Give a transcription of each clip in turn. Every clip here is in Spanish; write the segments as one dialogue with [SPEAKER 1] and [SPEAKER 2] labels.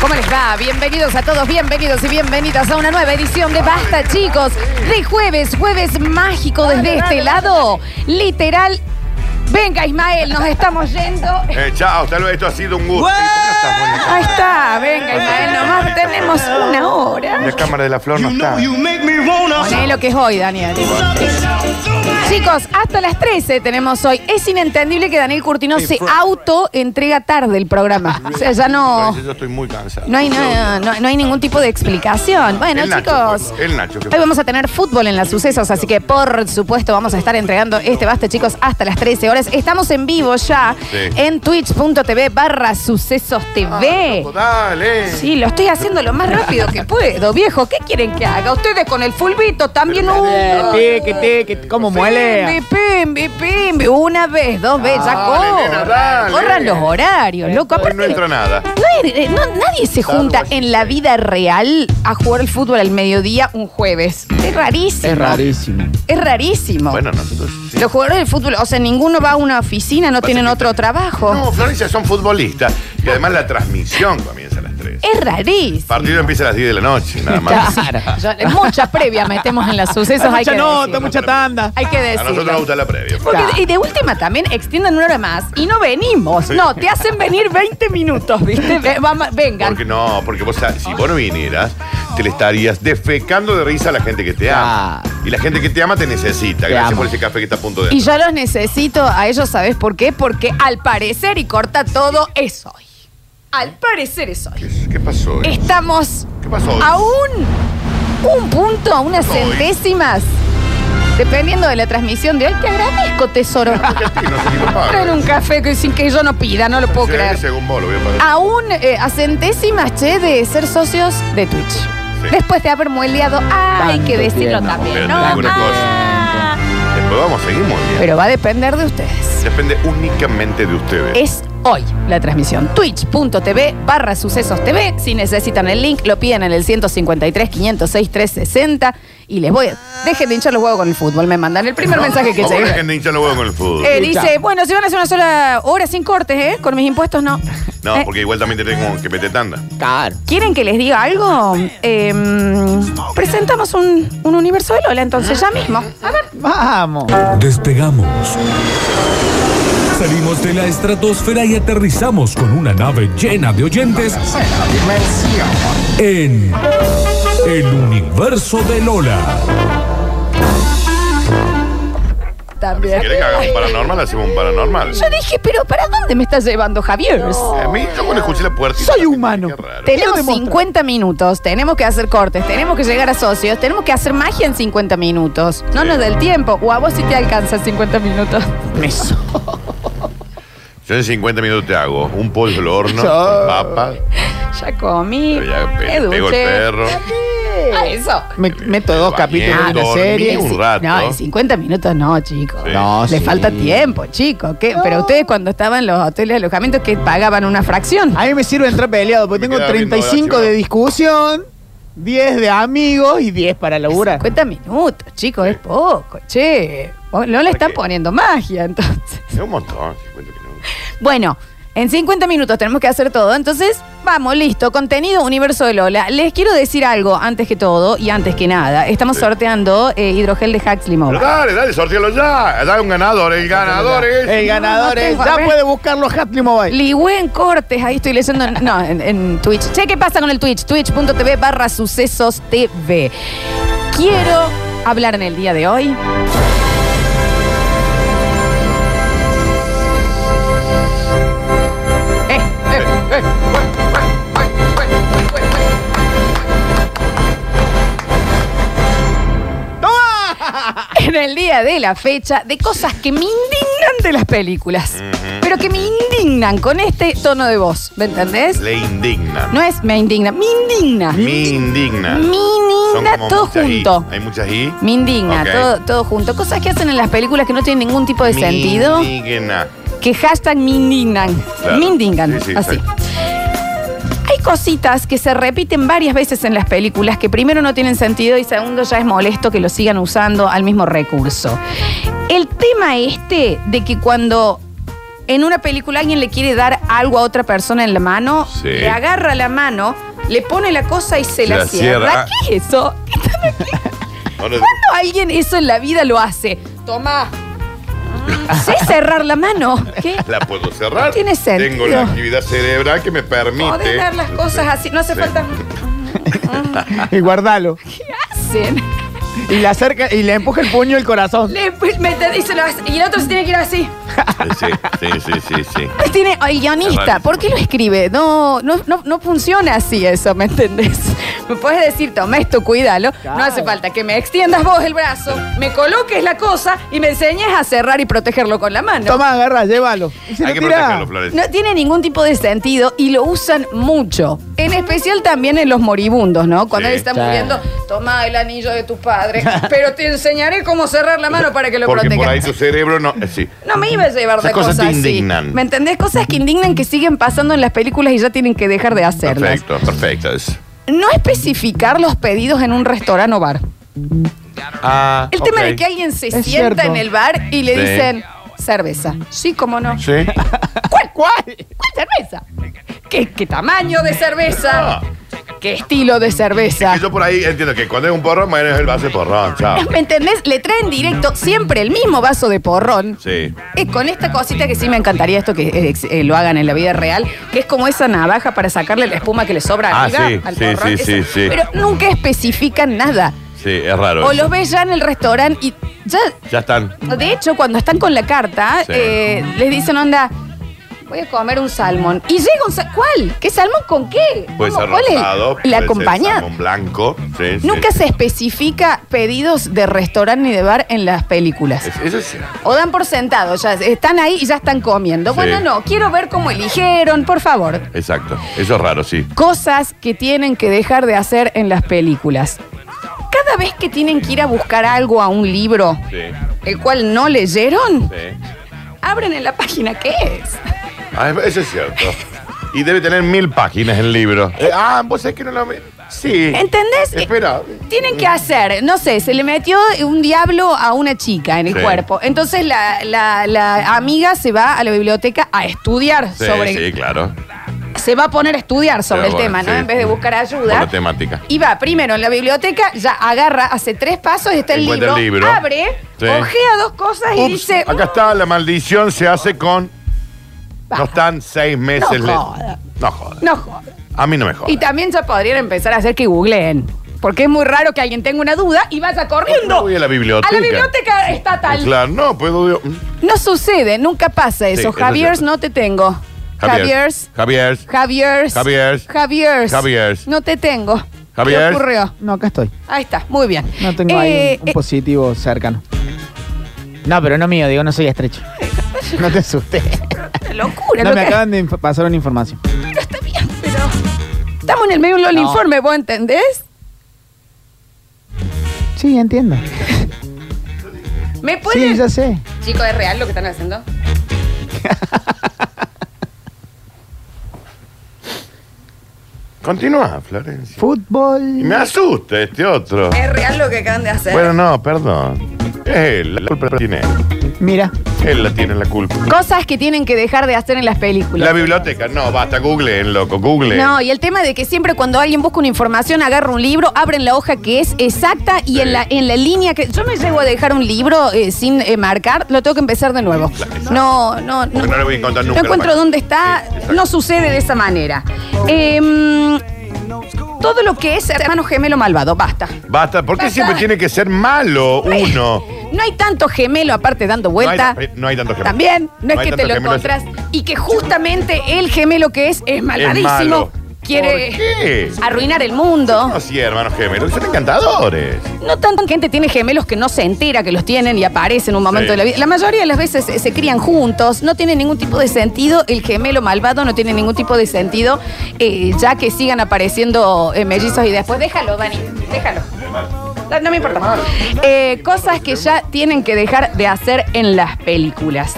[SPEAKER 1] ¿Cómo les va? Bienvenidos a todos, bienvenidos y bienvenidas a una nueva edición de Basta, chicos. De jueves, jueves mágico desde este lado. Literal. Venga, Ismael, nos estamos yendo.
[SPEAKER 2] Eh, chao, hasta luego. Esto ha sido un gusto. ¿Y por qué no estás poniendo
[SPEAKER 1] Ahí está, venga, Ismael, nomás tenemos una hora.
[SPEAKER 2] La cámara de la flor no está.
[SPEAKER 1] Poné lo que es hoy, Daniel. Chicos, hasta las 13 tenemos hoy. Es inentendible que Daniel Curtino se auto entrega tarde el programa. O sea, ya no.
[SPEAKER 2] Yo estoy muy cansado.
[SPEAKER 1] No hay, nada, no, no hay ningún tipo de explicación. Bueno,
[SPEAKER 2] El Nacho,
[SPEAKER 1] chicos.
[SPEAKER 2] el Nacho.
[SPEAKER 1] Hoy vamos a tener fútbol en las sucesos, así que por supuesto vamos a estar entregando este basta, chicos, hasta las 13 horas. Estamos en vivo ya
[SPEAKER 2] Sí.
[SPEAKER 1] en twitch.tv barra sucesos TV.
[SPEAKER 2] Dale.
[SPEAKER 1] Sí, lo estoy haciendo lo más rápido que puedo, viejo. ¿Qué quieren que haga? Ustedes con el fulbito también. uno.
[SPEAKER 3] Teque, teque, ¿cómo muele?
[SPEAKER 1] Pimbi, pimbi, pimbi. Una vez, dos veces, ya
[SPEAKER 2] Dale, nena,
[SPEAKER 1] corran.
[SPEAKER 2] dale.
[SPEAKER 1] Corran los horarios, loco.
[SPEAKER 2] Hoy
[SPEAKER 1] Aparte,
[SPEAKER 2] no entra nada.
[SPEAKER 1] no hay- eh, no- nadie se junta en la vida real a jugar al fútbol al mediodía un jueves. Es rarísimo.
[SPEAKER 3] Es rarísimo.
[SPEAKER 1] Es rarísimo.
[SPEAKER 2] Bueno, nosotros. sí.
[SPEAKER 1] Los jugadores del fútbol, o sea, ninguno va a una oficina, no tienen otro trabajo.
[SPEAKER 2] No, Florencia, son futbolistas. Y además la transmisión comienza a las 3.
[SPEAKER 1] Es rarísimo.
[SPEAKER 2] El partido empieza a las 10 de la noche, nada más.
[SPEAKER 1] Ya, mucha previa metemos en las sucesos. hay
[SPEAKER 3] Mucha
[SPEAKER 1] que
[SPEAKER 3] nota,
[SPEAKER 1] decirlo.
[SPEAKER 3] mucha tanda.
[SPEAKER 1] Hay que
[SPEAKER 2] A nosotros nos
[SPEAKER 1] decirlo.
[SPEAKER 2] gusta la previa.
[SPEAKER 1] Porque, y de última también extienden una hora más y no venimos. No, te hacen venir 20 minutos, ¿viste? Ve- vamos- vengan.
[SPEAKER 2] Porque no, porque vos, sabés, si vos no vinieras, te le estarías defecando de risa a la gente que te ama.
[SPEAKER 3] Claro.
[SPEAKER 2] Y la gente que te ama te necesita.
[SPEAKER 3] Te
[SPEAKER 2] Gracias
[SPEAKER 3] amo.
[SPEAKER 2] por ese café que está a punto de.
[SPEAKER 1] Y yo los necesito a ellos, ¿sabes por qué? Porque al parecer, y corta todo, es hoy. Al parecer es hoy.
[SPEAKER 2] ¿Qué pasó? hoy?
[SPEAKER 1] Estamos
[SPEAKER 2] ¿Qué pasó hoy?
[SPEAKER 1] a un, un punto, a unas
[SPEAKER 2] Hoy.
[SPEAKER 1] centésimas, dependiendo de la transmisión de hoy. Te agradezco, tesoro.
[SPEAKER 2] Argentino, sí, lo pago.
[SPEAKER 1] Traen un café que- sin que yo no pida, no lo puedo
[SPEAKER 2] Sí,
[SPEAKER 1] creer.
[SPEAKER 2] Según vos lo voy a pagar.
[SPEAKER 1] aún eh, a centésimas, che, de ser socios de Twitch. Después de haber mueleado, ah, hay que
[SPEAKER 3] Tanto
[SPEAKER 1] decirlo
[SPEAKER 3] tiempo.
[SPEAKER 1] también,
[SPEAKER 2] Pero
[SPEAKER 1] ¿no?
[SPEAKER 2] ninguna
[SPEAKER 1] Ah.
[SPEAKER 2] Después vamos, seguimos. ya.
[SPEAKER 1] Pero va a depender de ustedes.
[SPEAKER 2] Depende únicamente de ustedes.
[SPEAKER 1] Es hoy la transmisión. Twitch.tv barra sucesos TV. Si necesitan el link, lo piden en el 153 506 360. Y les voy a... Dejen de hinchar los huevos con el fútbol. Me mandan el primer
[SPEAKER 2] No,
[SPEAKER 1] mensaje que
[SPEAKER 2] vamos,
[SPEAKER 1] llegue.
[SPEAKER 2] la gente hincha los huevos con el fútbol.
[SPEAKER 1] Eh,
[SPEAKER 3] Sí,
[SPEAKER 1] dice,
[SPEAKER 3] chao.
[SPEAKER 1] bueno, si van a hacer una sola hora sin cortes, ¿eh? Con mis impuestos, no.
[SPEAKER 2] no,
[SPEAKER 1] Eh,
[SPEAKER 2] porque igual también te tengo que meter tanda.
[SPEAKER 3] Claro.
[SPEAKER 1] ¿Quieren que les diga algo? Eh, presentamos un, un universo de Lola, entonces ya mismo. A ver.
[SPEAKER 3] Vamos.
[SPEAKER 4] Despegamos. Salimos de la estratosfera y aterrizamos con una nave llena de oyentes en el universo de Lola.
[SPEAKER 2] Si
[SPEAKER 1] También.
[SPEAKER 2] querés que hagamos un paranormal, hacemos un paranormal.
[SPEAKER 1] Yo dije, pero ¿para dónde me estás llevando, Javier?
[SPEAKER 2] A mí, yo cuando escuché la puerta.
[SPEAKER 3] Soy humano.
[SPEAKER 2] Qué raro.
[SPEAKER 1] Tenemos
[SPEAKER 3] Quiero demostrar.
[SPEAKER 1] 50 minutos, tenemos que hacer cortes, tenemos que llegar a socios, tenemos que hacer magia en 50 minutos. No
[SPEAKER 2] Sí.
[SPEAKER 1] nos da el tiempo. O a vos si te alcanzan 50 minutos.
[SPEAKER 2] Yo en 50 minutos te hago un pollo al horno, con papas,
[SPEAKER 1] Ya comí.
[SPEAKER 2] ya
[SPEAKER 1] me
[SPEAKER 2] pe- pego el
[SPEAKER 1] duché.
[SPEAKER 2] perro.
[SPEAKER 1] A eso.
[SPEAKER 3] Me meto dos
[SPEAKER 2] Bañé,
[SPEAKER 3] capítulos de una
[SPEAKER 2] dormí
[SPEAKER 3] serie.
[SPEAKER 2] un rato.
[SPEAKER 1] No, en 50 minutos no, chicos.
[SPEAKER 2] Sí.
[SPEAKER 3] No,
[SPEAKER 1] Le
[SPEAKER 3] sí.
[SPEAKER 1] falta tiempo, chicos. ¿Qué? Pero ustedes cuando estaban en los hoteles de alojamiento que pagaban una fracción.
[SPEAKER 3] A mí me sirve entrar peleado porque
[SPEAKER 2] Me
[SPEAKER 3] tengo
[SPEAKER 2] quedaba viendo
[SPEAKER 3] 35
[SPEAKER 2] Horacio.
[SPEAKER 3] de discusión, 10 de amigos y 10 para laburar.
[SPEAKER 1] 50 minutos, chicos, es poco, che. Vos No le están
[SPEAKER 2] qué?
[SPEAKER 1] poniendo magia, entonces.
[SPEAKER 2] Es un montón, 50 minutos.
[SPEAKER 1] Bueno, en 50 minutos tenemos que hacer todo, entonces vamos, listo. Contenido Universo de Lola. Les quiero decir algo antes que todo y antes que nada. Estamos
[SPEAKER 2] Sí.
[SPEAKER 1] sorteando eh, hidrogel de Huxley
[SPEAKER 2] Pero
[SPEAKER 1] Mobile.
[SPEAKER 2] dale, dale, sortealo ya. Dale un ganador. El ganador es.
[SPEAKER 3] El ganador
[SPEAKER 1] No,
[SPEAKER 3] es.
[SPEAKER 1] tengo- a
[SPEAKER 3] Ya
[SPEAKER 1] ver.
[SPEAKER 3] puede buscarlo a Hatley Mobile.
[SPEAKER 1] Ligüé en cortes, ahí estoy leyendo en, no, en, en Twitch. Che, ¿qué pasa con el Twitch? Twitch.tv barra sucesos TV. Quiero hablar en el día de hoy en el día de la fecha de cosas que me indignan de las películas. Pero que me indignan con este tono de voz, ¿me entendés?
[SPEAKER 2] Le indigna.
[SPEAKER 1] No es me indigna, me indigna. Me
[SPEAKER 2] Me indigna. Son
[SPEAKER 1] indigna
[SPEAKER 2] como
[SPEAKER 1] todo
[SPEAKER 2] muchas I.
[SPEAKER 1] junto.
[SPEAKER 2] Hay muchas I.
[SPEAKER 1] Me indigna,
[SPEAKER 2] Ok.
[SPEAKER 1] todo, todo junto. Cosas que hacen en las películas que no tienen ningún tipo de
[SPEAKER 2] Me
[SPEAKER 1] sentido.
[SPEAKER 2] Indigna.
[SPEAKER 1] Que hashtag me indignan.
[SPEAKER 2] Claro.
[SPEAKER 1] Me indignan,
[SPEAKER 2] Sí, sí,
[SPEAKER 1] así.
[SPEAKER 2] exacto.
[SPEAKER 1] Hay cositas que se repiten varias veces en las películas que primero no tienen sentido y segundo ya es molesto que lo sigan usando al mismo recurso. El tema este de que cuando en una película alguien le quiere dar algo a otra persona en la mano,
[SPEAKER 2] Sí.
[SPEAKER 1] le agarra la mano, le pone la cosa y se,
[SPEAKER 2] Se
[SPEAKER 1] la,
[SPEAKER 2] la
[SPEAKER 1] cierra.
[SPEAKER 2] cierra.
[SPEAKER 1] ¿Qué es eso? ¿Qué están aquí?
[SPEAKER 2] No, no,
[SPEAKER 1] ¿Cuándo alguien eso en la vida lo hace? Toma. Mm, Sé cerrar la mano. ¿Qué?
[SPEAKER 2] la puedo cerrar.
[SPEAKER 1] No tiene sentido.
[SPEAKER 2] Tengo la actividad cerebral que me permite.
[SPEAKER 1] Podés dar las cosas así, no hace falta. Mm, mm,
[SPEAKER 3] Y guardalo.
[SPEAKER 1] ¿Qué hacen?
[SPEAKER 3] Y le acerca y le empuja el puño al corazón.
[SPEAKER 1] Le, pues, me- y, se lo hace- y el otro se tiene que ir así.
[SPEAKER 2] Sí, sí, sí, sí, sí.
[SPEAKER 1] Pues tiene el guionista,
[SPEAKER 2] Claro.
[SPEAKER 1] ¿por qué lo escribe? No, no, no, no funciona así eso, ¿me entendés? Me puedes decir, toma esto, cuídalo. No
[SPEAKER 3] Claro.
[SPEAKER 1] hace falta que me extiendas vos el brazo, me coloques la cosa y me enseñes a cerrar y protegerlo con la mano.
[SPEAKER 3] Toma, agarra, llévalo. Y se
[SPEAKER 2] Hay
[SPEAKER 3] lo
[SPEAKER 2] que
[SPEAKER 3] tira.
[SPEAKER 2] protegerlo, Flores.
[SPEAKER 1] No tiene ningún tipo de sentido y lo usan mucho. En especial también en los moribundos, ¿no? Cuando
[SPEAKER 2] Sí.
[SPEAKER 1] él está
[SPEAKER 3] Sí.
[SPEAKER 1] muriendo, toma el anillo de tu padre, pero te enseñaré cómo cerrar la mano para que lo
[SPEAKER 2] Porque
[SPEAKER 1] protejas.
[SPEAKER 2] por ahí tu cerebro no. eh, Sí.
[SPEAKER 1] No me iba a llevar de
[SPEAKER 2] Esas
[SPEAKER 1] cosas,
[SPEAKER 2] cosas te
[SPEAKER 1] así.
[SPEAKER 2] indignan.
[SPEAKER 1] ¿Me entendés? Cosas que indignan que siguen pasando en las películas y ya tienen que dejar de hacerlas.
[SPEAKER 2] Perfecto, perfecto. es-
[SPEAKER 1] No especificar los pedidos en un restaurante o bar.
[SPEAKER 2] Ah,
[SPEAKER 1] El tema
[SPEAKER 2] ok.
[SPEAKER 1] de que alguien se
[SPEAKER 3] Es
[SPEAKER 1] sienta
[SPEAKER 3] cierto.
[SPEAKER 1] en el bar y le
[SPEAKER 2] Sí.
[SPEAKER 1] dicen cerveza. Sí, cómo no.
[SPEAKER 2] Sí.
[SPEAKER 1] ¿Cuál? ¿Cuál? cerveza? ¿Qué, qué tamaño de cerveza?
[SPEAKER 2] Ah.
[SPEAKER 1] ¿Qué estilo de cerveza?
[SPEAKER 2] Y yo por ahí entiendo que cuando es un porrón, bueno, es el vaso de porrón, chao.
[SPEAKER 1] ¿Me entendés? Le traen directo siempre el mismo vaso de porrón.
[SPEAKER 2] Sí.
[SPEAKER 1] Eh, con esta cosita que sí me encantaría esto que eh, ex- eh, lo hagan en la vida real, que es como esa navaja para sacarle la espuma que le sobra
[SPEAKER 2] Ah,
[SPEAKER 1] arriba
[SPEAKER 2] sí,
[SPEAKER 1] al
[SPEAKER 2] sí,
[SPEAKER 1] porrón,
[SPEAKER 2] sí,
[SPEAKER 1] esa.
[SPEAKER 2] sí, sí.
[SPEAKER 1] Pero nunca especifican nada.
[SPEAKER 2] Sí, es raro.
[SPEAKER 1] O
[SPEAKER 2] eso.
[SPEAKER 1] los ves ya en el restaurante y ya.
[SPEAKER 2] Ya están.
[SPEAKER 1] De hecho, cuando están con la carta,
[SPEAKER 2] Sí.
[SPEAKER 1] eh, les dicen, onda, voy a comer un salmón. Y llega un salmón. ¿Cuál? ¿Qué salmón con qué?
[SPEAKER 2] Pues Puede
[SPEAKER 1] ¿Cómo?
[SPEAKER 2] ser
[SPEAKER 1] ¿Cuál es
[SPEAKER 2] rosado.
[SPEAKER 1] la
[SPEAKER 2] acompaña?
[SPEAKER 1] acompañada?
[SPEAKER 2] Con blanco. Sí, sí.
[SPEAKER 1] Nunca se especifica pedidos de restaurante ni de bar en las películas.
[SPEAKER 2] Es- Eso sí.
[SPEAKER 1] O dan por sentado, ya están ahí y ya están comiendo.
[SPEAKER 2] Sí.
[SPEAKER 1] Bueno, no, quiero ver cómo eligieron, por favor.
[SPEAKER 2] Exacto. Eso es raro, sí.
[SPEAKER 1] Cosas que tienen que dejar de hacer en las películas. Cada vez que tienen que ir a buscar algo a un libro,
[SPEAKER 2] Sí.
[SPEAKER 1] el cual no leyeron,
[SPEAKER 2] Sí.
[SPEAKER 1] abren en la página que es.
[SPEAKER 2] Ah, es- eso es cierto. Y debe tener mil páginas el libro. Eh, ah, vos sabés que no lo. me- Sí.
[SPEAKER 1] ¿Entendés?
[SPEAKER 2] Espera.
[SPEAKER 1] Tienen que hacer, no sé, se le metió un diablo a una chica en el
[SPEAKER 2] Sí.
[SPEAKER 1] cuerpo. Entonces la, la- la amiga se va a la biblioteca a estudiar
[SPEAKER 2] Sí,
[SPEAKER 1] sobre.
[SPEAKER 2] sí, claro.
[SPEAKER 1] Se va a poner a estudiar sobre
[SPEAKER 2] Pero
[SPEAKER 1] el
[SPEAKER 2] bueno,
[SPEAKER 1] tema, ¿no?
[SPEAKER 2] sí.
[SPEAKER 1] En vez de buscar
[SPEAKER 2] Por
[SPEAKER 1] ayuda.
[SPEAKER 2] la temática.
[SPEAKER 1] Y va primero en la biblioteca, ya agarra, hace tres pasos, está el libro,
[SPEAKER 2] Encuentra el libro.
[SPEAKER 1] abre,
[SPEAKER 2] Sí.
[SPEAKER 1] ojea dos cosas y
[SPEAKER 2] Ups,
[SPEAKER 1] dice. "Uh,
[SPEAKER 2] acá está, la maldición se hace con. No están seis meses.
[SPEAKER 1] No
[SPEAKER 2] le-
[SPEAKER 1] joda.
[SPEAKER 2] No joda.
[SPEAKER 1] No jodas.
[SPEAKER 2] A mí no me joda.
[SPEAKER 1] Y también ya podrían empezar a hacer que googleen. Porque es muy raro que alguien tenga una duda y vaya corriendo.
[SPEAKER 2] No voy a la biblioteca.
[SPEAKER 1] A la biblioteca estatal.
[SPEAKER 2] Claro, no, puedo.
[SPEAKER 1] No sucede, nunca pasa
[SPEAKER 2] Sí,
[SPEAKER 1] eso.
[SPEAKER 2] eso es
[SPEAKER 1] Javiers,
[SPEAKER 2] cierto.
[SPEAKER 1] no te tengo.
[SPEAKER 2] Javier.
[SPEAKER 1] Javiers.
[SPEAKER 2] Javier.
[SPEAKER 1] Javiers.
[SPEAKER 2] Javiers.
[SPEAKER 1] Javiers.
[SPEAKER 2] Javiers.
[SPEAKER 1] No te tengo.
[SPEAKER 2] Javiers.
[SPEAKER 1] ¿Qué ocurrió?
[SPEAKER 3] No, acá estoy.
[SPEAKER 1] Ahí está, muy bien.
[SPEAKER 3] No tengo ahí
[SPEAKER 1] Eh,
[SPEAKER 3] un, un
[SPEAKER 1] eh,
[SPEAKER 3] positivo cercano. No, pero no mío, digo, no soy estrecho. No te asustes.
[SPEAKER 1] una locura.
[SPEAKER 3] No,
[SPEAKER 1] lo
[SPEAKER 3] me
[SPEAKER 1] que-
[SPEAKER 3] acaban de inf- pasar una información.
[SPEAKER 1] Está bien, pero estamos en el medio del
[SPEAKER 3] No.
[SPEAKER 1] informe, ¿vos entendés?
[SPEAKER 3] Sí, entiendo.
[SPEAKER 1] ¿Me pueden...?
[SPEAKER 3] Sí, ya sé.
[SPEAKER 1] Chicos, ¿es real lo que están haciendo?
[SPEAKER 2] Continúa, Florencia. Y
[SPEAKER 3] Fútbol.
[SPEAKER 2] me asusta este otro.
[SPEAKER 1] ¿Es real lo que acaban de hacer?
[SPEAKER 2] Bueno, no, perdón. Es él, la culpa la tiene él.
[SPEAKER 3] Mira.
[SPEAKER 2] Él la tiene la culpa.
[SPEAKER 1] Cosas que tienen que dejar de hacer en las
[SPEAKER 2] La
[SPEAKER 1] películas.
[SPEAKER 2] biblioteca, no, basta, googleen, loco, googleen.
[SPEAKER 1] No, y el tema de que siempre cuando alguien busca una información, agarra un libro, abren la hoja que es exacta y
[SPEAKER 2] Sí.
[SPEAKER 1] en, la, en la línea que... Yo me llego a dejar un libro eh, sin eh, marcar, lo tengo que empezar de nuevo. No, no, no.
[SPEAKER 2] Porque no lo voy a encontrar nunca,
[SPEAKER 1] No encuentro
[SPEAKER 2] la página.
[SPEAKER 1] dónde está,
[SPEAKER 2] Sí, exacto.
[SPEAKER 1] no sucede de esa manera. Em, todo lo que es hermano gemelo malvado, basta.
[SPEAKER 2] Basta, ¿por qué
[SPEAKER 1] Basta.
[SPEAKER 2] siempre tiene que ser malo uno?
[SPEAKER 1] No hay tanto gemelo aparte dando vuelta.
[SPEAKER 2] No hay- no hay tanto gemelo.
[SPEAKER 1] También, no,
[SPEAKER 2] No
[SPEAKER 1] es
[SPEAKER 2] hay
[SPEAKER 1] que te
[SPEAKER 2] tanto
[SPEAKER 1] lo
[SPEAKER 2] gemelo.
[SPEAKER 1] encontrás. Y que justamente el gemelo que es es
[SPEAKER 2] Es
[SPEAKER 1] malvadísimo.
[SPEAKER 2] malo.
[SPEAKER 1] Quiere
[SPEAKER 2] ¿Por qué?
[SPEAKER 1] arruinar el mundo.
[SPEAKER 2] No, sí, hermanos gemelos, son encantadores.
[SPEAKER 1] No tanta gente tiene gemelos que no se entera que los tienen y aparecen en un momento
[SPEAKER 2] Sí.
[SPEAKER 1] de la vida. La mayoría de las veces se, se crían juntos, no tiene ningún tipo de sentido. El gemelo malvado no tiene ningún tipo de sentido, eh, ya que sigan apareciendo eh, mellizos y después. Déjalo, Dani, déjalo. No, no me importa. Eh, cosas que ya tienen que dejar de hacer en las películas.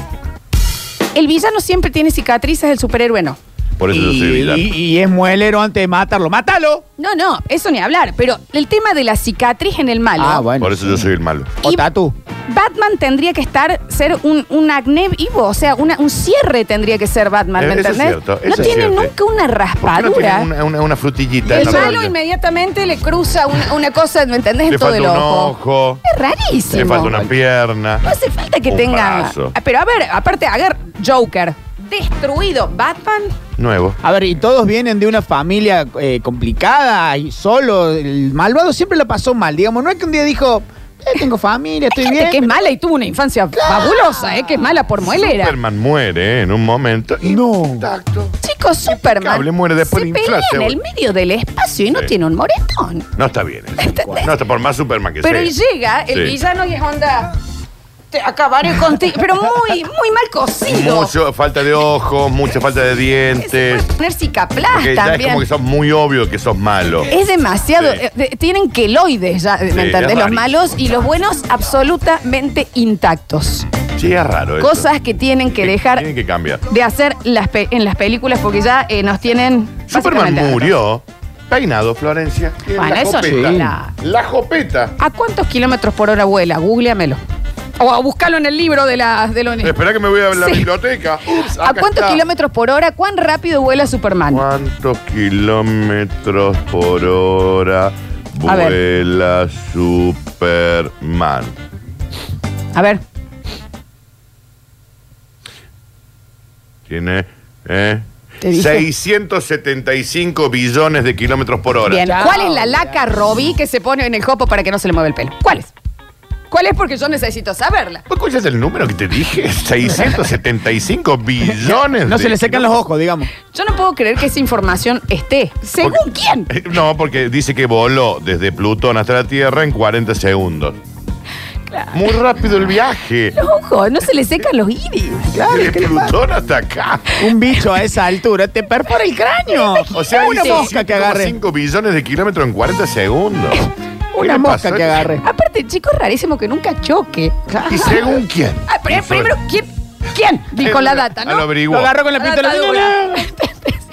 [SPEAKER 1] El villano siempre tiene cicatrices, el superhéroe no.
[SPEAKER 2] Por eso yo soy
[SPEAKER 3] Y,
[SPEAKER 2] villano.
[SPEAKER 3] y- y es muelero antes de matarlo. ¡Mátalo!
[SPEAKER 1] No, no, eso ni hablar. Pero el tema de la cicatriz en el malo.
[SPEAKER 3] Ah, bueno.
[SPEAKER 2] Por eso yo soy el malo.
[SPEAKER 3] O
[SPEAKER 1] Y-
[SPEAKER 3] tatu.
[SPEAKER 1] Batman tendría que estar, ser un, un acné vivo, o sea, una- un cierre tendría que ser Batman, ¿me
[SPEAKER 2] Eh, Eso es
[SPEAKER 1] entendés?
[SPEAKER 2] cierto,
[SPEAKER 1] no
[SPEAKER 2] eso es
[SPEAKER 1] tiene
[SPEAKER 2] cierto.
[SPEAKER 1] nunca una
[SPEAKER 2] ¿Por qué no
[SPEAKER 1] raspadura.
[SPEAKER 2] tiene una, una, una frutillita? en
[SPEAKER 1] el
[SPEAKER 2] la
[SPEAKER 1] malo
[SPEAKER 2] barbilla?
[SPEAKER 1] inmediatamente le cruza un- una cosa, ¿me entendés?
[SPEAKER 2] Le
[SPEAKER 1] en todo
[SPEAKER 2] falta
[SPEAKER 1] el
[SPEAKER 2] un
[SPEAKER 1] ojo.
[SPEAKER 2] ojo,
[SPEAKER 1] Es rarísimo.
[SPEAKER 2] le falta una pierna.
[SPEAKER 1] No hace falta que
[SPEAKER 2] un
[SPEAKER 1] tenga.
[SPEAKER 2] brazo.
[SPEAKER 1] Ah, Pero a ver, aparte, a ver, Joker, destruido. Batman,
[SPEAKER 2] Nuevo.
[SPEAKER 3] A ver, y todos vienen de una familia eh, complicada y solo. El malvado siempre la pasó mal. Digamos, no es que un día dijo, eh, tengo familia, estoy
[SPEAKER 1] gente
[SPEAKER 3] bien.
[SPEAKER 1] que es mala y tuvo una infancia fabulosa, ¿eh? Que es mala por muelera.
[SPEAKER 2] Superman muere eh, en un momento. y-
[SPEAKER 3] No.
[SPEAKER 2] Tacto.
[SPEAKER 1] Chicos, Superman.
[SPEAKER 2] Impecable, muere después
[SPEAKER 1] se
[SPEAKER 2] de inflarse,
[SPEAKER 1] pelea en el
[SPEAKER 2] boludo.
[SPEAKER 1] medio del espacio y no
[SPEAKER 2] Sí.
[SPEAKER 1] tiene un moretón.
[SPEAKER 2] No está bien. eso.
[SPEAKER 1] ¿Entendés?
[SPEAKER 2] No está por más Superman que
[SPEAKER 1] Pero y
[SPEAKER 2] sea.
[SPEAKER 1] llega el
[SPEAKER 2] Sí.
[SPEAKER 1] villano y es onda. Te acabaré contigo. Pero muy, muy mal cocido.
[SPEAKER 2] Mucho falta de ojos, mucha falta de
[SPEAKER 1] Se
[SPEAKER 2] dientes.
[SPEAKER 1] puede poner cicaplas
[SPEAKER 2] Porque ya es
[SPEAKER 1] también.
[SPEAKER 2] como que sos muy obvio que sos malo.
[SPEAKER 1] Es demasiado.
[SPEAKER 2] Sí.
[SPEAKER 1] eh, de- tienen queloides ya, ¿me
[SPEAKER 2] es
[SPEAKER 1] entendés? Los
[SPEAKER 2] rarísimo.
[SPEAKER 1] malos y los buenos absolutamente intactos.
[SPEAKER 2] Sí, es raro eso.
[SPEAKER 1] Cosas que tienen que dejar
[SPEAKER 2] Tienen que cambiar.
[SPEAKER 1] de hacer las pe- en las películas porque ya eh, nos tienen.
[SPEAKER 2] Superman
[SPEAKER 1] básicamente-
[SPEAKER 2] murió peinado, Florencia. en
[SPEAKER 1] Bueno,
[SPEAKER 2] la
[SPEAKER 1] eso
[SPEAKER 2] jopeta.
[SPEAKER 1] sí. La-
[SPEAKER 2] La jopeta.
[SPEAKER 1] ¿A cuántos kilómetros por hora vuela? Googleamelo. O a buscarlo en el libro de la, de la uni-
[SPEAKER 2] Espera que me voy a la
[SPEAKER 1] Sí.
[SPEAKER 2] biblioteca. Ups,
[SPEAKER 1] ¿A
[SPEAKER 2] acá
[SPEAKER 1] cuántos
[SPEAKER 2] está.
[SPEAKER 1] kilómetros por hora? ¿Cuán rápido vuela Superman?
[SPEAKER 2] ¿Cuántos kilómetros por hora
[SPEAKER 1] A ver.
[SPEAKER 2] vuela Superman?
[SPEAKER 1] A ver,
[SPEAKER 2] Tiene eh,
[SPEAKER 1] Te dije.
[SPEAKER 2] 675 billones de kilómetros por hora.
[SPEAKER 1] bien.
[SPEAKER 3] Chao.
[SPEAKER 1] ¿Cuál es la laca Robbie que se pone en el jopo para que no se le mueva el pelo? ¿Cuál es? ¿Cuál es? Porque yo necesito saberla.
[SPEAKER 2] ¿Vos escuchás el número que te dije? 675 billones.
[SPEAKER 3] No se
[SPEAKER 2] de
[SPEAKER 3] le secan los ojos, digamos.
[SPEAKER 1] Yo no puedo creer que esa información esté. ¿Según
[SPEAKER 2] Porque-
[SPEAKER 1] quién?
[SPEAKER 2] Eh, No, porque dice que voló desde Plutón hasta la Tierra en 40 segundos. Muy rápido el viaje.
[SPEAKER 1] Los ojos, no se le secan los iris.
[SPEAKER 3] Claro,
[SPEAKER 2] desde
[SPEAKER 3] ¿qué le
[SPEAKER 2] Plutón hasta acá.
[SPEAKER 3] Un bicho a esa altura te perfora el cráneo.
[SPEAKER 2] O sea,
[SPEAKER 3] una
[SPEAKER 2] hizo
[SPEAKER 3] mosca que agarre.
[SPEAKER 2] 5 billones de kilómetros en 40 segundos. ¿Qué
[SPEAKER 3] Una
[SPEAKER 2] le
[SPEAKER 3] mosca
[SPEAKER 2] pasó?
[SPEAKER 3] que agarre.
[SPEAKER 1] Aparte, chico, es rarísimo que nunca choque.
[SPEAKER 2] ¿Y según quién?
[SPEAKER 1] Ah, pero es primero, ¿quién? ¿Quién? Dijo la data,
[SPEAKER 2] Ah, Lo
[SPEAKER 1] ¿no?
[SPEAKER 3] Lo
[SPEAKER 2] averiguó.
[SPEAKER 3] agarró con la
[SPEAKER 1] La
[SPEAKER 3] pistola.
[SPEAKER 1] dentadura.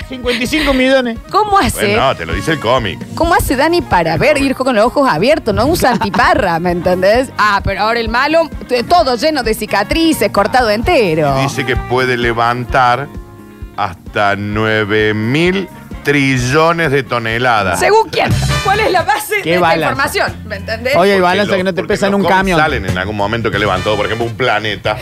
[SPEAKER 3] 55 millones.
[SPEAKER 1] ¿Cómo hace?
[SPEAKER 2] Bueno, no, te lo dice el cómic.
[SPEAKER 1] ¿Cómo hace Dani para ver ir con los ojos abiertos? No usa antiparra, ¿me entendés? Ah, pero ahora el malo, t- todo lleno de cicatrices, cortado entero.
[SPEAKER 2] Dice que puede levantar hasta 9 mil trillones de toneladas.
[SPEAKER 1] ¿Según quién? ¿Cuál es la base
[SPEAKER 3] Qué
[SPEAKER 1] de esta
[SPEAKER 3] bala.
[SPEAKER 1] información? ¿Me entendés?
[SPEAKER 3] Oye, hay
[SPEAKER 2] Porque
[SPEAKER 3] balanza
[SPEAKER 2] lo-
[SPEAKER 3] que no te
[SPEAKER 2] porque
[SPEAKER 3] pesan
[SPEAKER 2] los
[SPEAKER 3] un
[SPEAKER 2] cómics
[SPEAKER 3] camión.
[SPEAKER 2] Salen en algún momento que levantó, por ejemplo, un planeta.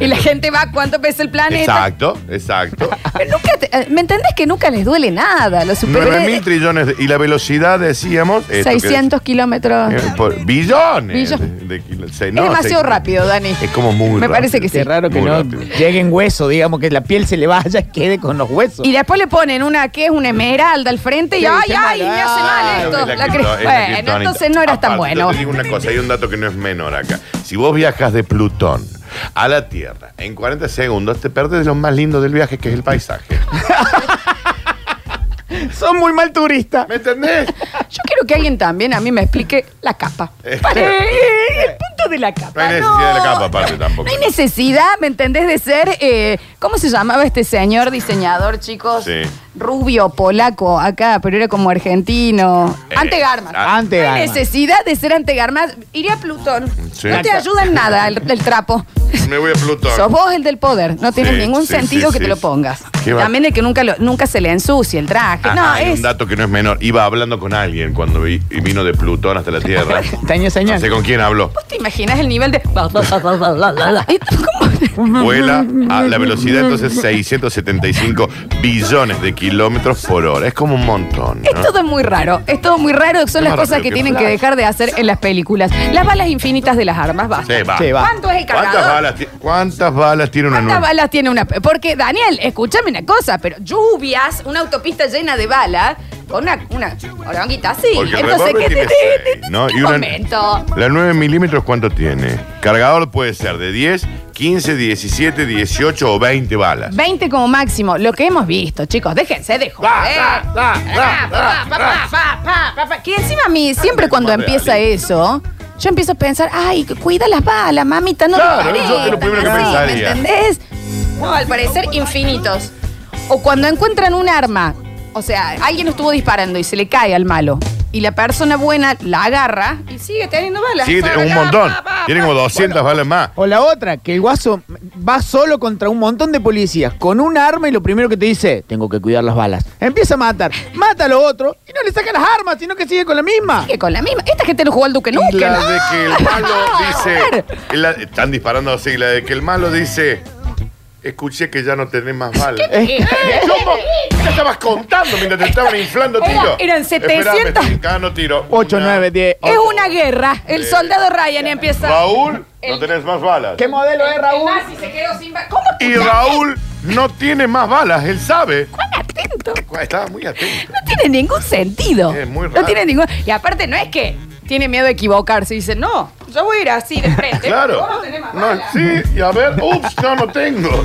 [SPEAKER 1] Y la gente va, ¿cuánto pesa el planeta?
[SPEAKER 2] Exacto, exacto.
[SPEAKER 1] Pero nunca te- eh, ¿Me entendés que nunca les duele nada? Los
[SPEAKER 2] 9
[SPEAKER 1] superhéroes.
[SPEAKER 2] mil trillones. de- y la velocidad, decíamos. esto que-
[SPEAKER 1] 600 kilómetros.
[SPEAKER 2] eh, por- billones.
[SPEAKER 1] Billo-
[SPEAKER 2] de- de kilo- se-
[SPEAKER 1] es
[SPEAKER 2] no,
[SPEAKER 1] demasiado
[SPEAKER 2] se-
[SPEAKER 1] rápido, Dani.
[SPEAKER 2] Es como muy
[SPEAKER 1] Me
[SPEAKER 2] rápido.
[SPEAKER 1] parece que sí.
[SPEAKER 3] Qué raro que
[SPEAKER 2] Muy
[SPEAKER 3] no
[SPEAKER 2] rápido.
[SPEAKER 3] lleguen huesos, digamos, que la piel se le vaya y quede con los huesos.
[SPEAKER 1] Y después le ponen una que es una esmeralda al frente y
[SPEAKER 3] Sí,
[SPEAKER 1] ay,
[SPEAKER 3] qué
[SPEAKER 1] ay,
[SPEAKER 3] malo.
[SPEAKER 1] me hace
[SPEAKER 3] Ah,
[SPEAKER 1] mal
[SPEAKER 2] Es
[SPEAKER 1] esto.
[SPEAKER 2] la
[SPEAKER 1] La
[SPEAKER 2] cripto-
[SPEAKER 1] cre-
[SPEAKER 2] es la
[SPEAKER 1] bueno,
[SPEAKER 2] criptonita.
[SPEAKER 1] entonces no eras tan
[SPEAKER 2] Aparte,
[SPEAKER 1] bueno.
[SPEAKER 2] Te digo una cosa, hay un dato que no es menor acá. Si vos viajas de Plutón a la Tierra en 40 segundos, te perdes lo más lindo del viaje, que es el paisaje.
[SPEAKER 3] Son muy mal turistas.
[SPEAKER 2] ¿Me entendés?
[SPEAKER 1] Yo quiero que alguien también a mí me explique la capa. Para- eh, el punto de la capa.
[SPEAKER 2] Este. No hay necesidad de la capa, aparte, tampoco.
[SPEAKER 1] No hay necesidad, ¿me entendés? De ser. eh, ¿Cómo se llamaba este señor diseñador, chicos?
[SPEAKER 2] Sí.
[SPEAKER 1] Rubio, polaco, acá, pero era como argentino.
[SPEAKER 2] Eh,
[SPEAKER 1] Ante Garman.
[SPEAKER 2] ah,
[SPEAKER 3] Ante
[SPEAKER 1] No hay
[SPEAKER 3] Garma.
[SPEAKER 1] necesidad de ser ante Garman. Iré a Plutón.
[SPEAKER 2] Sí.
[SPEAKER 1] No te ayuda en nada el, el trapo.
[SPEAKER 2] Me voy a Plutón.
[SPEAKER 1] Sos vos el del poder. No tienes
[SPEAKER 2] Sí,
[SPEAKER 1] ningún
[SPEAKER 2] sí,
[SPEAKER 1] sentido
[SPEAKER 2] sí,
[SPEAKER 1] que te
[SPEAKER 2] sí.
[SPEAKER 1] lo pongas.
[SPEAKER 2] Qué va-
[SPEAKER 1] También de que nunca, lo- nunca se le ensucie el traje.
[SPEAKER 2] Ah,
[SPEAKER 1] no,
[SPEAKER 2] hay
[SPEAKER 1] es.
[SPEAKER 2] un dato que no es menor. Iba hablando con alguien cuando vi- y vino de Plutón hasta la Tierra.
[SPEAKER 3] Taña
[SPEAKER 2] No
[SPEAKER 3] señal.
[SPEAKER 2] sé con quién habló.
[SPEAKER 1] ¿Vos te imaginas el nivel de. ¿Cómo?
[SPEAKER 2] Vuela a la velocidad entonces 675 billones de kilómetros por hora. Es como un montón. ¿no?
[SPEAKER 1] Es todo muy raro, es todo muy raro, son
[SPEAKER 2] Es
[SPEAKER 1] las
[SPEAKER 2] más
[SPEAKER 1] cosas
[SPEAKER 2] rápido
[SPEAKER 1] que
[SPEAKER 2] que
[SPEAKER 1] tienen
[SPEAKER 2] Flash.
[SPEAKER 1] que dejar de hacer en las películas. Las balas infinitas de las armas, basta.
[SPEAKER 2] Sí, va.
[SPEAKER 3] Sí, va.
[SPEAKER 1] ¿Cuánto es el cargador?
[SPEAKER 2] ¿Cuántas balas, ti- ¿Cuántas balas tiene una
[SPEAKER 1] ¿Cuántas
[SPEAKER 2] nueva?
[SPEAKER 1] balas tiene una? Porque, Daniel, escúchame una cosa, pero lluvias, una autopista llena de balas, con una, una oronguita así.
[SPEAKER 2] Porque el
[SPEAKER 1] Entonces,
[SPEAKER 2] revólver
[SPEAKER 1] ¿qué, te-
[SPEAKER 2] tiene
[SPEAKER 1] te-
[SPEAKER 2] seis,
[SPEAKER 1] te-
[SPEAKER 2] ¿no?
[SPEAKER 1] qué
[SPEAKER 2] Y una-
[SPEAKER 1] momento?
[SPEAKER 2] ¿La 9 milímetros cuánto tiene? Cargador puede ser de 10, 15, 17, 18 o 20 balas.
[SPEAKER 1] 20 como máximo, lo que hemos visto, chicos, déjense de joder.
[SPEAKER 2] da, da,
[SPEAKER 1] Pa, pa, pa, pa, pa, pa, pa, pa. Que encima a mí, siempre cuando
[SPEAKER 2] Madre,
[SPEAKER 1] empieza
[SPEAKER 2] Ali.
[SPEAKER 1] eso, yo empiezo a pensar, ay, que cuida las balas, mamita, no
[SPEAKER 2] Claro,
[SPEAKER 1] dispares,
[SPEAKER 2] yo es lo primero que
[SPEAKER 1] así,
[SPEAKER 2] pensaría.
[SPEAKER 1] ¿Me entendés? No, al parecer infinitos. O cuando encuentran un arma, o sea, alguien estuvo disparando y se le cae al malo. y la persona buena la agarra y sigue teniendo balas.
[SPEAKER 2] Sí,
[SPEAKER 1] Sobre
[SPEAKER 2] un
[SPEAKER 1] acá,
[SPEAKER 2] montón.
[SPEAKER 1] pa, pa,
[SPEAKER 2] Tiene
[SPEAKER 1] pa.
[SPEAKER 2] como 200 balas más.
[SPEAKER 3] O la otra, que el guaso va solo contra un montón de policías con un arma y lo primero que te dice, tengo que cuidar las balas. Empieza a matar, mata a los otros y no le saca las armas, sino que sigue con la misma.
[SPEAKER 1] Sigue con la misma. Esta gente no jugó al Duque
[SPEAKER 2] Y
[SPEAKER 1] nunca.
[SPEAKER 2] la
[SPEAKER 1] ¿no?
[SPEAKER 2] de que el malo dice. y la- están disparando así. y La de que el malo dice. Escuché que ya no tenés más balas.
[SPEAKER 3] Eh,
[SPEAKER 2] ¿Cómo? ¿Qué te estabas contando mientras te estaban inflando
[SPEAKER 1] Era-
[SPEAKER 2] tiro?
[SPEAKER 1] eran 700.
[SPEAKER 2] Espérame, cada no tiro.
[SPEAKER 3] 8, 9, 10.
[SPEAKER 1] Es una guerra. El soldado Ryan empieza.
[SPEAKER 2] Raúl, no
[SPEAKER 1] El-
[SPEAKER 2] tenés más balas.
[SPEAKER 3] ¿Qué modelo es, Raúl?
[SPEAKER 1] El nazi se quedó sin ba- ¿Cómo
[SPEAKER 2] Y
[SPEAKER 1] escuchaste?
[SPEAKER 2] Raúl no tiene más balas, él sabe.
[SPEAKER 1] Tan atento.
[SPEAKER 2] Estaba muy atento.
[SPEAKER 1] No tiene ningún sentido.
[SPEAKER 2] Es muy
[SPEAKER 1] No
[SPEAKER 2] raro.
[SPEAKER 1] tiene ningún. Y aparte, no es que tiene miedo de equivocarse. Dice, no, yo voy a ir así de frente.
[SPEAKER 2] Claro.
[SPEAKER 1] Vos no tenés más
[SPEAKER 2] No,
[SPEAKER 1] balas.
[SPEAKER 2] sí, y a ver, ups, no, no tengo.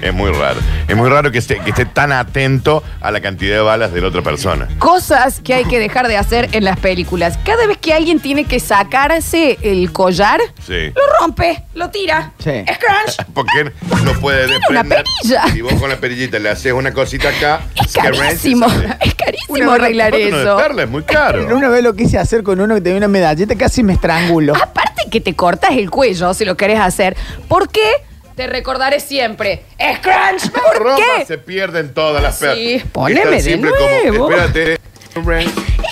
[SPEAKER 2] Es muy raro. Es muy raro que esté, que esté tan atento a la cantidad de balas de la otra persona.
[SPEAKER 1] Cosas que hay que dejar de hacer en las películas. Cada vez que alguien tiene que sacarse el collar,
[SPEAKER 2] Sí.
[SPEAKER 1] lo rompe, lo tira.
[SPEAKER 3] Sí.
[SPEAKER 1] Scrunch.
[SPEAKER 2] Porque no puede
[SPEAKER 1] Tiene una
[SPEAKER 2] desprender.
[SPEAKER 1] perilla.
[SPEAKER 2] Si vos con la perillita le haces una cosita acá,
[SPEAKER 1] Es
[SPEAKER 2] se arranca,
[SPEAKER 1] carísimo.
[SPEAKER 2] se sale.
[SPEAKER 1] Es
[SPEAKER 2] Una
[SPEAKER 1] carísimo
[SPEAKER 2] vez-
[SPEAKER 1] arreglar
[SPEAKER 2] aparte uno de
[SPEAKER 1] eso.
[SPEAKER 2] perla es muy caro.
[SPEAKER 3] Una vez lo quise hacer con uno que tenía una medalleta, casi me estrangulo.
[SPEAKER 1] Aparte que te cortas el cuello si lo querés hacer, ¿por qué? Te recordaré siempre. ¡Scrunch! ¿Por
[SPEAKER 2] Roma
[SPEAKER 1] qué?
[SPEAKER 2] se pierden todas las
[SPEAKER 1] Sí,
[SPEAKER 2] perlas. Es tan
[SPEAKER 1] poneme de
[SPEAKER 2] simple
[SPEAKER 1] nuevo.
[SPEAKER 2] Como, espérate.
[SPEAKER 1] Es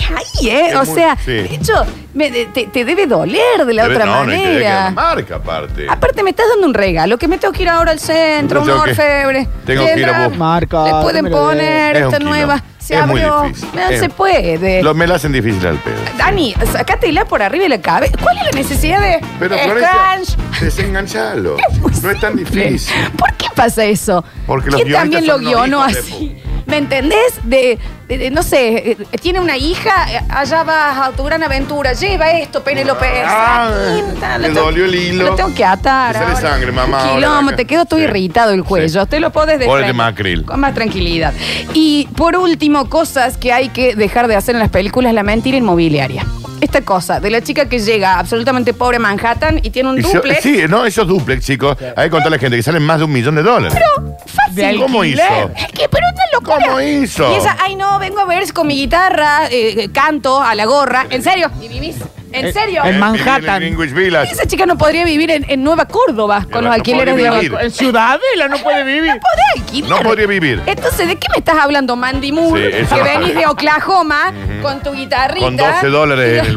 [SPEAKER 1] ahí, ¿eh?
[SPEAKER 2] Es
[SPEAKER 1] o
[SPEAKER 2] muy-
[SPEAKER 1] sea,
[SPEAKER 2] sí.
[SPEAKER 1] de hecho, me- de- te, te debe doler de la
[SPEAKER 2] Pero
[SPEAKER 1] otra
[SPEAKER 2] no, no hay que dejar
[SPEAKER 1] manera. Ah,
[SPEAKER 2] la marca aparte.
[SPEAKER 1] Aparte, me estás dando un regalo, que me tengo que ir ahora al centro,
[SPEAKER 2] Yo
[SPEAKER 1] un
[SPEAKER 2] tengo que-
[SPEAKER 1] orfebre.
[SPEAKER 2] tengo que ir a
[SPEAKER 1] Tendrán-
[SPEAKER 2] bus-
[SPEAKER 3] Marca,
[SPEAKER 1] Le pueden
[SPEAKER 3] no me lo
[SPEAKER 1] poner
[SPEAKER 2] des. Es
[SPEAKER 1] esta
[SPEAKER 2] un quilombo.
[SPEAKER 1] nueva. Se
[SPEAKER 2] Es muy
[SPEAKER 1] abrió.
[SPEAKER 2] difícil.
[SPEAKER 1] No
[SPEAKER 2] Es-
[SPEAKER 1] se puede.
[SPEAKER 2] Lo- me la hacen difícil al pedo.
[SPEAKER 1] Dani, sacátela por arriba de la cabeza. ¿Cuál es la necesidad de
[SPEAKER 2] Pero
[SPEAKER 1] Eh,
[SPEAKER 2] Florencia,
[SPEAKER 1] crunch?
[SPEAKER 2] desenganchalo.
[SPEAKER 1] Muy
[SPEAKER 2] No es tan
[SPEAKER 1] simple.
[SPEAKER 2] difícil.
[SPEAKER 1] Pues ¿Por qué pasa eso?
[SPEAKER 2] Porque los
[SPEAKER 1] ¿Quién
[SPEAKER 2] guionistas
[SPEAKER 1] también lo
[SPEAKER 2] son unos
[SPEAKER 1] guionó
[SPEAKER 2] hijos de
[SPEAKER 1] así? ¿Me entendés? De, de- de- no sé, eh, tiene una hija, eh, allá vas a tu gran aventura, lleva esto, Penélope.
[SPEAKER 2] Ah,
[SPEAKER 1] Sarmiento,
[SPEAKER 2] le
[SPEAKER 1] lo tengo-
[SPEAKER 2] dolió el hilo.
[SPEAKER 1] Lo tengo que atar.
[SPEAKER 2] Me sale
[SPEAKER 1] ahora.
[SPEAKER 2] sangre, mamá, ahora
[SPEAKER 1] Quilombo,
[SPEAKER 2] acá.
[SPEAKER 1] te quedo todo
[SPEAKER 2] Sí.
[SPEAKER 1] irritado el cuello. Te lo podés
[SPEAKER 2] Ponete
[SPEAKER 1] desprender.
[SPEAKER 2] Macril.
[SPEAKER 1] Con más tranquilidad. Y por último, cosas que hay que dejar de hacer en las películas, la mentira inmobiliaria. Esta cosa de la chica que llega absolutamente pobre a Manhattan y tiene un
[SPEAKER 2] Y yo-
[SPEAKER 1] duplex.
[SPEAKER 2] sí, no, esos duplex, chicos. Hay que contarle a la gente que salen más de un millón de dólares. Eh,
[SPEAKER 1] Fácil.
[SPEAKER 2] ¿Cómo hizo?
[SPEAKER 1] Es que, pero una locura.
[SPEAKER 2] ¿Cómo hizo?
[SPEAKER 1] Y ella, ay no, vengo a ver con mi guitarra, eh, canto a la gorra. ¿En serio? ¿Y vivís? ¿En serio?
[SPEAKER 3] En
[SPEAKER 2] Eh,
[SPEAKER 3] Manhattan.
[SPEAKER 2] En Greenwich Village.
[SPEAKER 1] Esa chica no podría vivir en, en Nueva Córdoba con
[SPEAKER 2] no
[SPEAKER 1] los alquileres de
[SPEAKER 2] podría
[SPEAKER 1] Nueva
[SPEAKER 2] vivir.
[SPEAKER 1] Córdoba.
[SPEAKER 3] En Ciudadela no puede vivir.
[SPEAKER 1] Podés alquilar.
[SPEAKER 2] No podría vivir.
[SPEAKER 1] Entonces, ¿de qué me estás hablando, Mandy Moore?
[SPEAKER 2] Sí, eso
[SPEAKER 1] que
[SPEAKER 2] no
[SPEAKER 1] venís
[SPEAKER 2] sabía.
[SPEAKER 1] de Oklahoma con tu guitarrita.
[SPEAKER 2] Con 12 dólares en el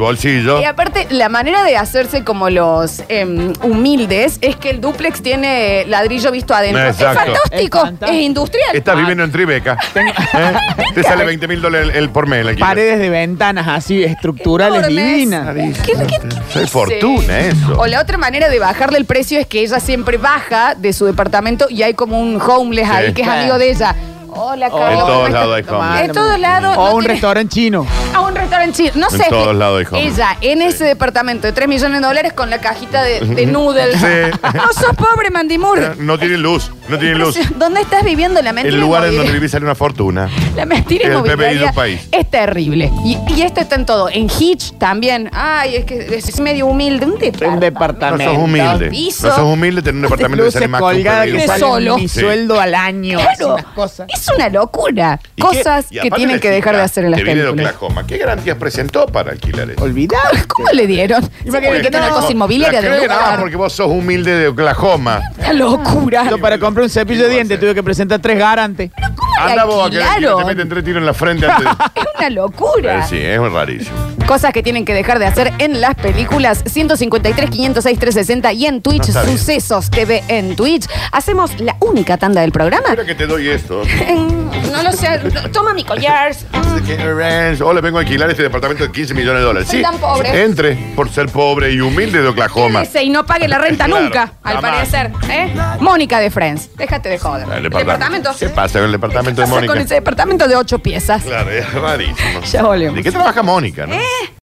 [SPEAKER 2] bolsillo.
[SPEAKER 1] Y aparte, la manera de hacerse como los em, humildes es que el duplex tiene ladrillo visto adentro.
[SPEAKER 2] Exacto.
[SPEAKER 1] Es fantástico,
[SPEAKER 3] Es
[SPEAKER 1] es,
[SPEAKER 3] fantástico.
[SPEAKER 1] industrial.
[SPEAKER 2] Estás viviendo en Tribeca. ¿Eh? Te sale 20 mil dólares el, el por mes. el alquiler.
[SPEAKER 3] Paredes de ventanas así, estructurales
[SPEAKER 1] Enormes.
[SPEAKER 3] divinas.
[SPEAKER 1] ¿Qué- qué- qué
[SPEAKER 2] Soy
[SPEAKER 1] dice?
[SPEAKER 2] fortuna eso.
[SPEAKER 1] O la otra manera de bajarle el precio es que ella siempre baja de su departamento y hay como un homeless
[SPEAKER 2] Sí.
[SPEAKER 1] ahí que es
[SPEAKER 3] Claro.
[SPEAKER 1] amigo de ella. Hola, Carlos.
[SPEAKER 2] En
[SPEAKER 1] ¿cómo
[SPEAKER 2] todos
[SPEAKER 1] estás?
[SPEAKER 2] lados hay homeless.
[SPEAKER 1] En todos lados.
[SPEAKER 3] O
[SPEAKER 1] no
[SPEAKER 3] un
[SPEAKER 1] tiene-
[SPEAKER 3] restaurante chino.
[SPEAKER 1] A un restaurante chino. No
[SPEAKER 2] En
[SPEAKER 1] sé.
[SPEAKER 2] todos lados hay homeless.
[SPEAKER 1] Ella, en ese departamento de 3 millones de dólares con la cajita de, de noodles.
[SPEAKER 2] Sí.
[SPEAKER 1] No sos pobre, Mandy Moore.
[SPEAKER 2] No tiene luz, no tiene luz.
[SPEAKER 1] ¿Dónde estás viviendo la mentira?
[SPEAKER 2] El lugar en donde
[SPEAKER 1] inmobiliaria?
[SPEAKER 2] vivís sale una fortuna.
[SPEAKER 1] La mentira
[SPEAKER 2] El PBI de
[SPEAKER 1] inmobiliaria
[SPEAKER 2] un país.
[SPEAKER 1] es terrible. Y, y esto está en todo. En Hitch también. Ay, es que es medio humilde. Un
[SPEAKER 3] Un
[SPEAKER 1] departamento.
[SPEAKER 2] No
[SPEAKER 3] departamento.
[SPEAKER 2] sos humilde. No
[SPEAKER 1] Piso.
[SPEAKER 2] sos humilde tener un
[SPEAKER 1] Este
[SPEAKER 2] departamento que
[SPEAKER 3] Luces
[SPEAKER 2] sale más que un
[SPEAKER 3] colgadas
[SPEAKER 2] PBI de
[SPEAKER 3] que
[SPEAKER 2] un país.
[SPEAKER 1] salen solo.
[SPEAKER 3] mi
[SPEAKER 2] Sí.
[SPEAKER 3] sueldo al año.
[SPEAKER 1] Claro.
[SPEAKER 3] esas cosas.
[SPEAKER 1] Es una locura.
[SPEAKER 2] ¿Y qué-
[SPEAKER 1] Cosas
[SPEAKER 2] y
[SPEAKER 1] que
[SPEAKER 2] aparte
[SPEAKER 1] tienen
[SPEAKER 2] la
[SPEAKER 1] que dejar
[SPEAKER 2] chica
[SPEAKER 1] de hacer en las
[SPEAKER 2] que viene de
[SPEAKER 1] películas.
[SPEAKER 2] Oklahoma, ¿Qué garantías presentó para alquilar eso?
[SPEAKER 3] Olvidado.
[SPEAKER 1] ¿Cómo le dieron? Sí,
[SPEAKER 3] Imagínate
[SPEAKER 1] porque
[SPEAKER 3] que
[SPEAKER 1] tiene una
[SPEAKER 3] no-
[SPEAKER 1] cosa inmobiliaria
[SPEAKER 2] La
[SPEAKER 1] de
[SPEAKER 2] creen, ah,
[SPEAKER 1] lugar.
[SPEAKER 2] porque vos sos humilde de Oklahoma.
[SPEAKER 1] Una locura.
[SPEAKER 3] Yo para comprar un cepillo de dientes tuve que presentar tres garantes.
[SPEAKER 1] ¿Cómo le
[SPEAKER 2] Anda vos a que le alquilen, te
[SPEAKER 1] alquilaron?
[SPEAKER 2] meten tres tiros en la frente antes de-
[SPEAKER 1] Es una locura.
[SPEAKER 2] Eh, Sí, es rarísimo.
[SPEAKER 1] Cosas que tienen que dejar de hacer en las películas 153, 506, 360 y en Twitch,
[SPEAKER 2] No está bien.
[SPEAKER 1] Sucesos TV en Twitch. Hacemos la única tanda del programa.
[SPEAKER 2] Espera que te doy esto.
[SPEAKER 1] Mm, No lo sé, no, toma mi collar.
[SPEAKER 2] Dice que Orange, Hola, vengo a alquilar este departamento de 15 millones de dólares.
[SPEAKER 1] Soy
[SPEAKER 2] Sí,
[SPEAKER 1] tan pobre.
[SPEAKER 2] entre por ser pobre y humilde de Oklahoma.
[SPEAKER 1] Quédese y no pague la renta
[SPEAKER 2] Claro,
[SPEAKER 1] nunca, al
[SPEAKER 2] jamás.
[SPEAKER 1] parecer. ¿eh? Mónica de Friends, déjate de joder.
[SPEAKER 2] Ah, El departamento. ¿Qué pasa con el departamento de
[SPEAKER 1] pasa con
[SPEAKER 2] Mónica?
[SPEAKER 1] ese departamento de ocho piezas?
[SPEAKER 2] Claro, es rarísimo.
[SPEAKER 1] Ya volvemos.
[SPEAKER 2] ¿De qué trabaja Mónica? no?